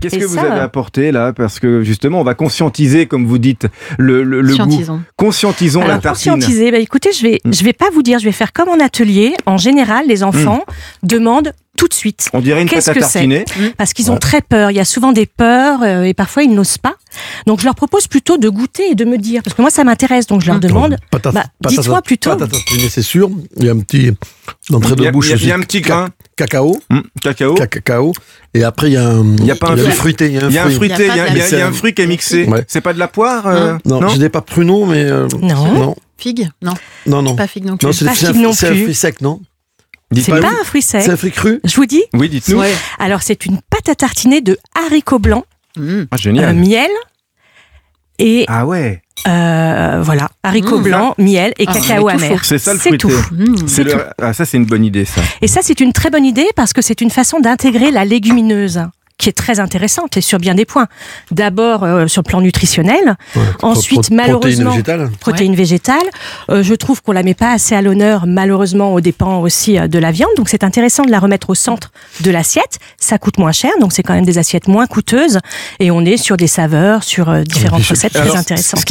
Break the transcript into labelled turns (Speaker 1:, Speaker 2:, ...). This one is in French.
Speaker 1: Qu'est-ce
Speaker 2: Et
Speaker 1: que vous
Speaker 2: ça-
Speaker 1: avez apporté là Parce que justement, on va conscientiser, comme vous dites, le, le, le goût.
Speaker 3: Scientisons.
Speaker 1: Conscientisons la
Speaker 2: Alors,
Speaker 1: tartine.
Speaker 2: conscientiser, bah, écoutez, je vais,
Speaker 1: Mm.
Speaker 2: je vais pas vous dire, je vais faire comme en atelier. En général, les enfants demandent tout de suite.
Speaker 1: On dirait une pâte
Speaker 2: Qu'est-ce
Speaker 1: à
Speaker 2: que c'est
Speaker 1: tartiner.
Speaker 2: parce qu'ils
Speaker 1: Ouais.
Speaker 2: ont très peur. Il y a souvent des peurs euh, et parfois ils n'osent pas. Donc je leur propose plutôt de goûter et de me dire, parce que moi ça m'intéresse, donc je
Speaker 1: Mm.
Speaker 2: leur demande.
Speaker 4: Patate,
Speaker 2: Bah, dis-toi plutôt.
Speaker 4: patate tartinée, c'est sûr. Il y a un petit entrée
Speaker 1: Il y
Speaker 4: de
Speaker 1: a-
Speaker 4: bouche
Speaker 1: il y a- il y a
Speaker 4: aussi.
Speaker 1: un petit
Speaker 4: Ca-
Speaker 1: grain.
Speaker 4: Cacao,
Speaker 1: Hum, Cacao.
Speaker 4: ca- cacao. Et après, il y a un.
Speaker 1: Il y a pas un
Speaker 4: du
Speaker 1: fruit.
Speaker 4: fruité. Il y a un
Speaker 1: Il y a un
Speaker 4: fruit.
Speaker 1: fruité, il y a, il y a- il y a un
Speaker 4: Mais c'est-
Speaker 1: fruit qui est mixé.
Speaker 4: Ouais.
Speaker 1: C'est pas de la poire euh,
Speaker 4: Non, je n'ai pas pruneau, mais. euh,
Speaker 2: Non.
Speaker 4: Non,
Speaker 3: Figue Non,
Speaker 4: non,
Speaker 1: Oh.
Speaker 4: non.
Speaker 3: pas figue non plus.
Speaker 4: Non, c'est
Speaker 2: Pas
Speaker 4: c'est un,
Speaker 2: figue non
Speaker 4: c'est un
Speaker 2: plus.
Speaker 4: fruit sec, non
Speaker 2: C'est
Speaker 4: pas
Speaker 2: pas,
Speaker 4: oui.
Speaker 2: un fruit sec.
Speaker 4: C'est un fruit cru
Speaker 2: Je vous dis,
Speaker 1: Oui, dites-nous.
Speaker 3: Ouais.
Speaker 2: alors c'est une pâte à tartiner de haricots blancs,
Speaker 3: Mmh.
Speaker 1: Ah,
Speaker 2: euh,
Speaker 1: génial.
Speaker 2: miel et
Speaker 1: Ah ouais.
Speaker 2: euh, voilà, haricots
Speaker 3: Mm.
Speaker 2: blancs, miel et
Speaker 3: Ah,
Speaker 2: cacao
Speaker 3: mais tout
Speaker 2: amer.
Speaker 3: faut.
Speaker 1: C'est ça le
Speaker 2: C'est
Speaker 1: fruité.
Speaker 2: tout.
Speaker 3: Mmh.
Speaker 1: C'est le- Ah, ça, c'est une bonne idée, ça.
Speaker 2: Et ça, c'est une très bonne idée parce que c'est une façon d'intégrer la légumineuse qui est très intéressante et sur bien des points. D'abord euh, sur le plan nutritionnel,
Speaker 4: Ouais,
Speaker 2: Ensuite,
Speaker 4: pro- pro-
Speaker 2: malheureusement-
Speaker 4: Protéines végétales
Speaker 2: protéines végétales. Euh, je trouve qu'on la met pas assez à l'honneur, malheureusement, aux dépens aussi euh, de la viande. Donc c'est intéressant de la remettre au centre de l'assiette. Ça coûte moins cher, donc c'est quand même des assiettes moins coûteuses. Et on est sur des saveurs, sur euh, différentes
Speaker 4: puis, je-
Speaker 2: recettes
Speaker 1: alors,
Speaker 2: très intéressantes.